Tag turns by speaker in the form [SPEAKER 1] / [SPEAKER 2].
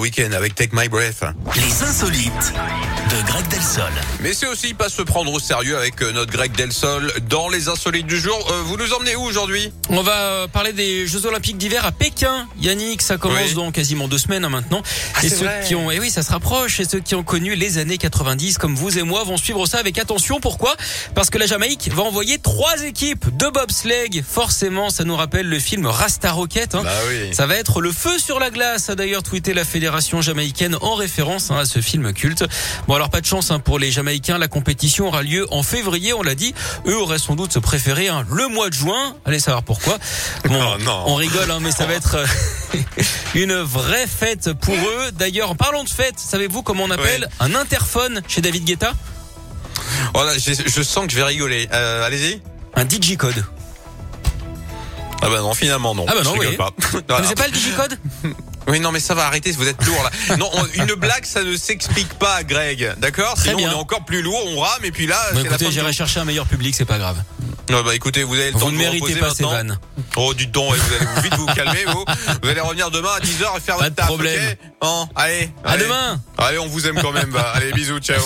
[SPEAKER 1] week-end avec Take My Breath.
[SPEAKER 2] Les insolites de Greg Delsol.
[SPEAKER 1] Mais c'est aussi pas se prendre au sérieux avec euh, notre Greg Delsol dans les insolites du jour. Euh, vous nous emmenez où aujourd'hui
[SPEAKER 3] On va euh, parler des Jeux Olympiques d'hiver à Pékin. Yannick, ça commence
[SPEAKER 1] Oui. Ah,
[SPEAKER 3] dans quasiment deux semaines hein, maintenant. et
[SPEAKER 1] c'est
[SPEAKER 3] ceux
[SPEAKER 1] vrai.
[SPEAKER 3] qui ont, et oui, ça se rapproche. Et ceux qui ont connu les années 90, comme vous et moi, vont suivre ça avec attention. Pourquoi Parce que la Jamaïque va envoyer trois équipes de bobsleigh. Forcément, ça nous rappelle le film Rasta Rocket. hein.
[SPEAKER 1] Bah oui.
[SPEAKER 3] Ça va être le feu sur la glace, a d'ailleurs tweeté la fédération jamaïcaine en référence hein, à ce film culte. Bon alors pas de chance hein, pour les Jamaïcains, la compétition aura lieu en février, on l'a dit. Eux auraient sans doute préféré hein, le mois de juin. Allez savoir pourquoi. Bon,
[SPEAKER 1] Oh, non.
[SPEAKER 3] on rigole, hein, mais ça va être euh, une vraie fête pour eux. D'ailleurs, en parlant de fête, savez-vous comment on appelle un interphone chez David Guetta
[SPEAKER 1] Voilà, je, je sens que je vais rigoler. Euh, Allez-y.
[SPEAKER 3] Un digicode.
[SPEAKER 1] Ah bah non, finalement non.
[SPEAKER 3] Ah bah non,
[SPEAKER 1] je rigole
[SPEAKER 3] oui.
[SPEAKER 1] pas.
[SPEAKER 3] Vous
[SPEAKER 1] Voilà.
[SPEAKER 3] connaissez pas le digicode
[SPEAKER 1] Oui, non, mais ça va arrêter, vous êtes lourd là. Non, on- une blague, ça ne s'explique pas, Greg. D'accord
[SPEAKER 3] Très
[SPEAKER 1] Sinon,
[SPEAKER 3] bien.
[SPEAKER 1] on est encore plus lourd, on rame, et puis là,
[SPEAKER 3] Bon,
[SPEAKER 1] c'est la fin
[SPEAKER 3] Bah, Écoutez,
[SPEAKER 1] de
[SPEAKER 3] j'irai
[SPEAKER 1] tout.
[SPEAKER 3] chercher un meilleur public, c'est pas grave.
[SPEAKER 1] Ouais, bah, écoutez, vous avez le temps
[SPEAKER 3] Vous
[SPEAKER 1] de
[SPEAKER 3] ne
[SPEAKER 1] vous
[SPEAKER 3] méritez
[SPEAKER 1] reposer
[SPEAKER 3] pas ces
[SPEAKER 1] maintenant.
[SPEAKER 3] vannes.
[SPEAKER 1] Oh, dites donc, ouais, vous allez vous- vite vous calmer, vous. Vous allez revenir demain à 10h et faire
[SPEAKER 3] Pas
[SPEAKER 1] votre
[SPEAKER 3] de
[SPEAKER 1] taf,
[SPEAKER 3] problème.
[SPEAKER 1] ok Hein, allez,
[SPEAKER 3] À
[SPEAKER 1] allez.
[SPEAKER 3] demain
[SPEAKER 1] Allez, on vous aime quand même. va. Allez, bisous, ciao.